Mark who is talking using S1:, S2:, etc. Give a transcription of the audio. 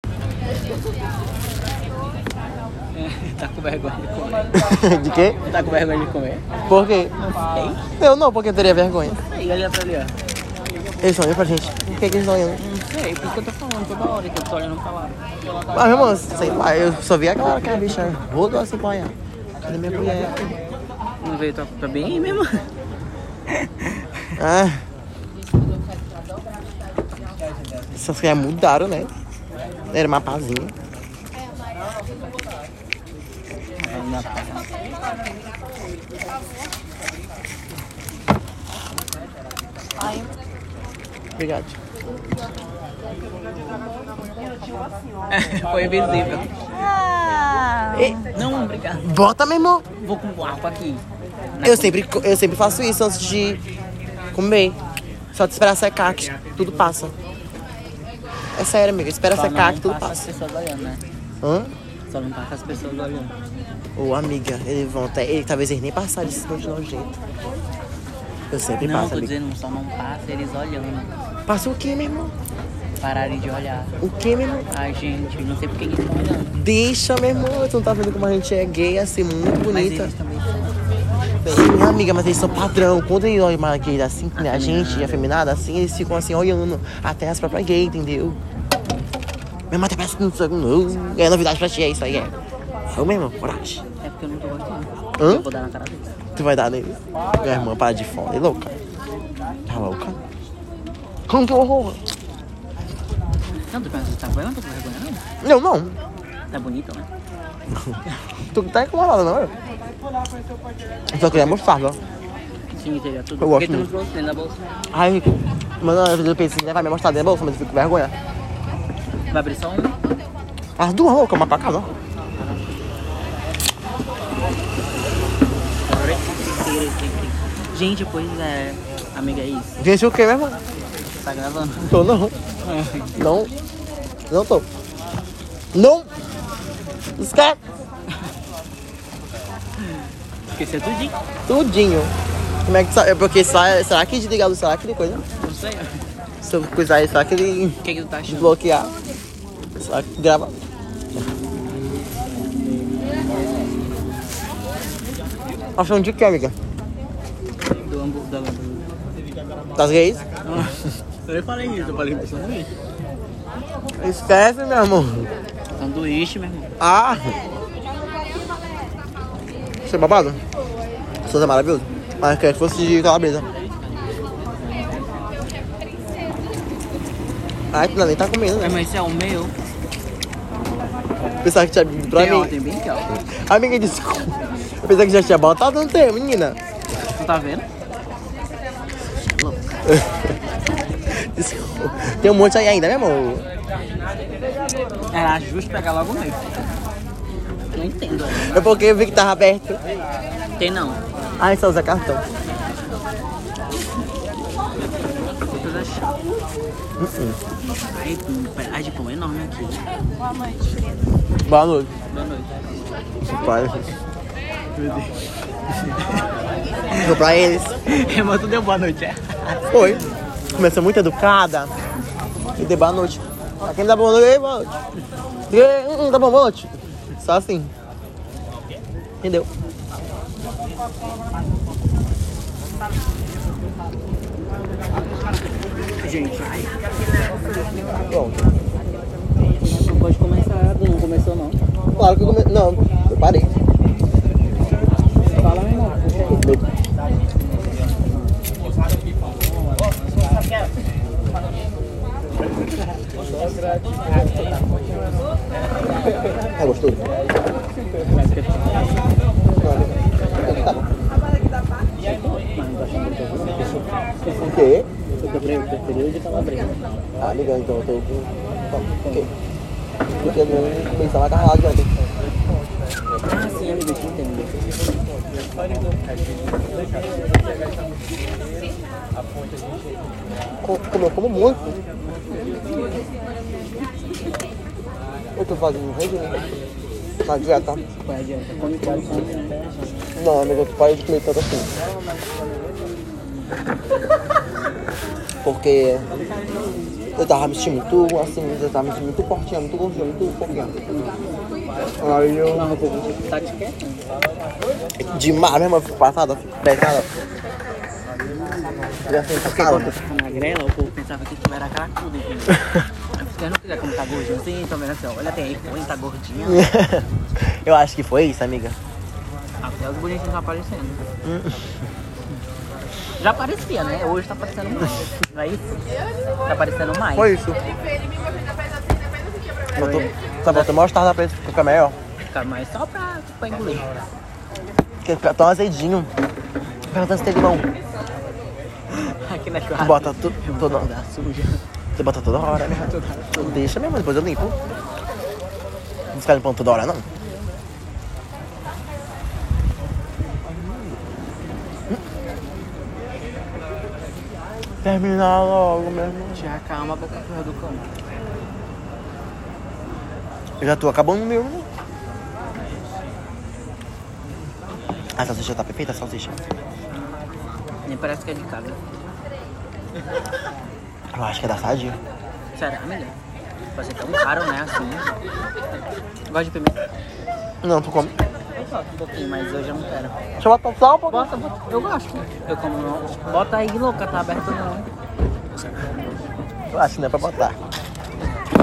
S1: Tá com vergonha de comer.
S2: De quê?
S1: Tá com vergonha de comer?
S2: Por quê?
S1: Sei.
S2: Eu não, porque eu teria vergonha.
S1: Aí, olha pra ali, ó.
S2: Eles estão olhando pra gente. Por que, que eles estão olhando?
S1: Não sei, por isso que eu tô falando toda hora que eu tô olhando pra lá.
S2: Mas, meu irmão, sei lá, eu só vi aquela cara que a bicha rodou assim pra olhar. Cadê minha colher?
S1: Não veio tua tá bem aí mesmo?
S2: Ah. Essas colheres mudaram, né? Era uma pazinha. Obrigado.
S1: Foi invisível.
S3: Ah,
S1: Não, obrigado.
S2: Bota, meu irmão.
S1: Vou com o arco aqui.
S2: Eu sempre, co- eu sempre faço isso antes de comer. Só te esperar secar, que tudo passa. É sério, amiga. Espera
S1: Só
S2: secar,
S1: não
S2: que tudo
S1: passa as
S2: passa.
S1: pessoas olhando, né?
S2: Hã?
S1: Só não passa as pessoas olhando.
S2: Ô, amiga, eles vão até. Ele, talvez eles nem passaram isso de nojento. Eu sempre
S1: não,
S2: passo,
S1: tô
S2: amiga.
S1: dizendo, só não passa eles olhando.
S2: Passa o quê, meu irmão?
S1: Pararem de olhar.
S2: O quê, meu irmão?
S1: Ai, gente, não sei por que eles estão olhando.
S2: Deixa, meu irmão. Tu não tá vendo como a gente é gay, assim, muito
S1: Mas
S2: bonita.
S1: eles também são.
S2: Sim, amiga, mas eles são padrão. Quando eles olham uma gay assim, que nem
S1: Ah,
S2: a gente, afeminada, assim, eles ficam assim olhando. Até as próprias gays, entendeu? Meu irmão, até parece que não sei. não. É novidade pra ti, é isso aí, é. Eu mesmo, coragem.
S1: É porque eu não tô gostando.
S2: Hã?
S1: Eu vou dar na cara deles.
S2: Tu vai dar nele? Minha irmã, para de fora. É louca. Tá louca? Como que horror?
S1: Não, tu pensa, tá bom, eu não tô com vergonha, não.
S2: Não, não.
S1: Tá bonito, né?
S2: Tu tá incomodada, não é? Eu só queria mostarda.
S1: Sim, entendeu? Tudo.
S2: Eu
S1: Porque
S2: gosto
S1: tu não
S2: muito.
S1: trouxe dentro da bolsa.
S2: Ai, mano, às vezes eu pensei, né? Vai me mostrar dentro da bolsa, mas eu fico com vergonha.
S1: Vai abrir só um?
S2: As duas roupas, uma pra cada. ó.
S1: Gente, pois é. Amiga, é isso.
S2: Gente, o que mesmo?
S1: Tá gravando?
S2: Tô não. Não. Não tô. Não. Esquece.
S1: Esqueceu tudinho.
S2: Tudinho. Como é que sai? É porque sai. Será que desligar a luz? Será que ele coisa?
S1: Não sei.
S2: Se eu coisar isso, será que
S1: um
S2: ele
S1: O que, que tu tá achando?
S2: desbloquear? Será que grava? Achando um de que, amiga?
S1: Do hambúrguer. Da hambúrguer.
S2: Das gays?
S1: Eu nem falei isso, eu um falei pro sanduíche.
S2: Esquece, meu amor.
S1: Sanduíche, É um meu irmão.
S2: Ah! Você é babado? Você é maravilhoso? Mas quer que fosse de calabresa. Ai, tu nem tá comendo,
S1: É,
S2: né?
S1: mas esse é o meu.
S2: Pensava que tinha vindo pra
S1: tem
S2: mim.
S1: ontem, bem que é ó.
S2: Amiga, desculpa. Eu pensava que já tinha botado, não tem, menina.
S1: Tu tá vendo?
S2: Desculpa. Tem um monte aí ainda, né, amor?
S1: Era justo É pegar logo o meu. Não entendo. né?
S2: É porque eu vi que tava aberto.
S1: Tem não.
S2: Ai, só usa cartão.
S1: Outras é chato.
S2: Hum,
S1: Ai, um pedaço de pão enorme aqui.
S2: Boa noite.
S1: Boa noite.
S2: Pai. Vou pra eles.
S1: Irmão, tu deu boa noite, é?
S2: Foi. Começou muito educada. E deu boa noite. Pra quem dá boa noite, ei, boa noite. Ei, hum, hum, dá boa noite. Só assim. Entendeu?
S1: Gente, ai.
S2: Bom,
S1: Não pode começar, tu não começou não.
S2: claro que eu come... Não, eu parei.
S1: Fala, meu irmão.
S2: É gostoso. O quê?
S1: Eu preferi de calabresa.
S2: Ah, legal, então eu tô com. Bom, ok. Porque eu não pensava carregado de ontem.
S1: Ah, sim, amigo, eu te entendo.
S2: Co- Como eu como muito. Eu tô fazendo né? Tá regime. Na dieta.
S1: Qual é a dieta? Come, come, come, né?
S2: Não, amigo, tu para de comer tanto assim. Porque Eu tava me sentindo muito, assim, eu tava me sentindo muito fortinha, muito gordinha, muito fofinha. Aí eu...
S1: Uma roupa muito tática.
S2: Demais, mesmo, eu fico passada, eu fico pesada. Já tá fico
S1: Porque quando eu
S2: passada.
S1: tava magrela, Tá o povo pensava que tu era cracuda. Porque eu não queria como tá gordinho assim, então vendo assim, ó, olha, tem aí, põe, tá gordinha.
S2: eu acho que foi isso, amiga.
S1: Até os bonitinhos estão aparecendo. Já aparecia, né? Hoje tá aparecendo mais. Não é isso? Tá aparecendo mais.
S2: Foi isso. Botou, só botou mostarda pra ele ficar melhor.
S1: Fica mais só pra, pra engolir.
S2: Porque fica tão azedinho. Perguntando se tem limão.
S1: Aqui na churrasca.
S2: Bota tudo- toda-
S1: da suja.
S2: Você bota toda hora, né?
S1: Toda hora.
S2: Deixa mesmo, depois eu limpo. Não fica limpando toda hora, não. Hum. Terminar logo, meu irmão.
S1: Já calma a boca furra do cão.
S2: Eu já tô acabando o meu. né? A salsicha tá perfeita, a salsicha.
S1: Nem parece que é de casa.
S2: Eu acho que é da sadia.
S1: Será, melhor? Vai ser tão caro, né? Assim. Gosta de pimenta?
S2: Não, tu come.
S1: Eu gosto um pouquinho, mas hoje eu não quero.
S2: Deixa eu botar só um pouquinho.
S1: Bota, bota. Eu gosto. Eu como não. Bota aí, louca, tá aberto não.
S2: Eu acho que não é pra botar.